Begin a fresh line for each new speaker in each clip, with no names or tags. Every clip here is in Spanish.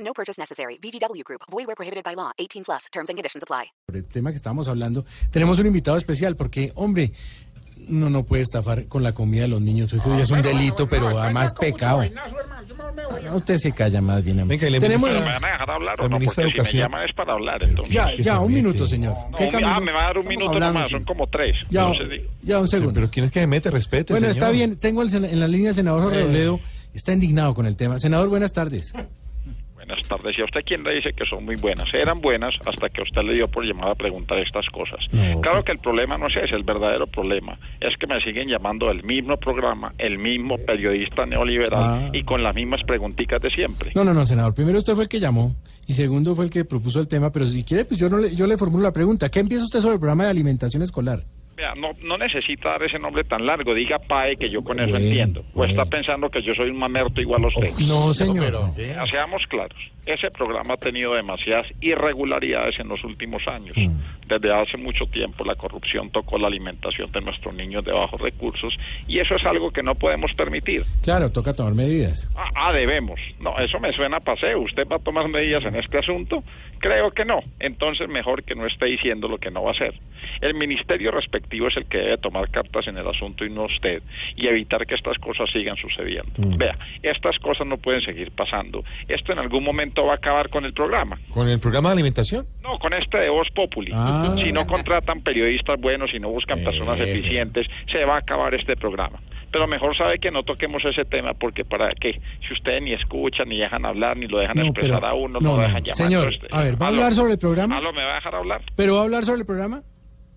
No purchase necessary. VGW Group. Void where prohibited by law. 18 plus. Terms and conditions apply.
Por el tema que estábamos hablando, tenemos un invitado especial porque, hombre, no no puede estafar con la comida de los niños. Eso ya es un delito, pero además pecado. Ah, Usted se calla más bien. amigo.
Venga, y le
Tenemos-
ministra-
¿Me van a dejar hablar o
La
no? Porque
ministra
si
de
me
Educación.
llaman es para hablar, entonces.
Ya,
que
ya,
se
un
mete.
minuto, señor.
No,
¿Qué
ah,
camino?
me va a dar un
Estamos
minuto
hablando,
nomás, son
señor.
como tres.
Ya,
entonces, digo.
ya un
Sí,
segundo.
Pero ¿quién es que se mete? Respete,
bueno, está
señor. Eh.
bien. Tengo el- en la línea al senador Jorge Robledo. Está indignado con el tema. Senador, buenas tardes.
Buenas tardes. ¿Y a usted quién le dice que son muy buenas? Eran buenas hasta que a usted le dio por llamada a preguntar estas cosas.
No.
Claro que el problema no es ese, el verdadero problema es que me siguen llamando el mismo programa, el mismo periodista neoliberal
Ah.
y con las mismas preguntitas de siempre.
No, no, no, senador. Primero usted fue el que llamó y segundo fue el que propuso el tema. Pero si quiere, pues yo, no le, yo le formulo la pregunta. ¿Qué empieza usted sobre el programa de alimentación escolar?
Vea, no, no necesita dar ese nombre tan largo. Diga PAE que yo con eso
Bueno,
entiendo. O
bueno.
está pensando que yo soy un mamerto igual a usted.
No, señor. no.
Ya Eh, Seamos claros, ese programa ha tenido demasiadas irregularidades en los últimos años. Desde hace mucho tiempo la corrupción tocó la alimentación de nuestros niños de bajos recursos y eso es algo que no podemos permitir.
Claro, toca tomar medidas.
Ah, ah, debemos. No, eso me suena a paseo. ¿Usted va a tomar medidas en este asunto? Creo que no. Entonces mejor que no esté diciendo lo que no va a hacer. El ministerio respectivo es el que debe tomar cartas en el asunto y no usted, y evitar que estas cosas sigan sucediendo. Vea, estas cosas no pueden seguir pasando. Esto en algún momento va a acabar con el programa.
¿Con el programa de alimentación?
No, con este de Voz Populi.
Ah.
Si no contratan periodistas buenos, si no buscan personas eficientes, se va a acabar este programa. Pero mejor sabe que no toquemos ese tema porque para qué, si ustedes ni escuchan, ni dejan hablar, ni lo dejan
No,
expresar
pero-
a pues, uno,
no,
no, lo
no.
dejan llamar.
Señor,
entonces,
a ver, ¿va a
¿aló?
hablar sobre el programa?
¿Aló, me va a dejar hablar?
¿Pero va a hablar sobre el programa?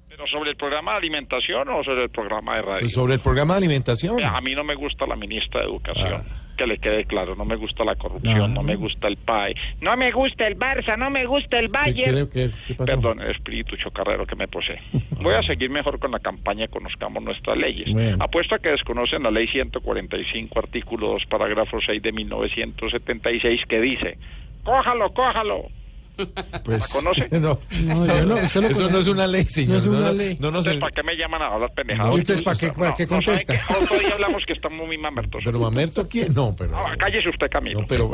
¿Pero sobre el programa de alimentación o sobre el programa de radio?
Pues sobre el programa de alimentación.
A mí no me gusta la ministra de Educación. Que le quede claro, no me gusta la corrupción,
Ah.
no me gusta el PAE, no me gusta el Barça, no me gusta el
¿Qué,
Bayern.
qué, qué- qué pasó?
Perdón, el espíritu chocarrero que me posee. Voy a seguir mejor con la campaña Conozcamos Nuestras Leyes.
Bueno.
Apuesto a que desconocen la ley 145, artículo 2, parágrafo 6 de 1976, que dice, cójalo, cójalo.
Pues,
¿La conoce?
No.
No, yo no, usted lo
Eso no
conoce.
es una ley, señor.
No es una
no,
ley.
No, no,
Entonces,
sé.
¿para qué me llaman a hablar pendejadas?
¿Y ustedes para qué- para qué
No, no, ¿saben
contesta?
qué? Otro día hablamos que estamos muy mamertos.
Pero Mamerto, ¿quién? No, pero...
Ah, cállese usted, Camilo.
No, pero...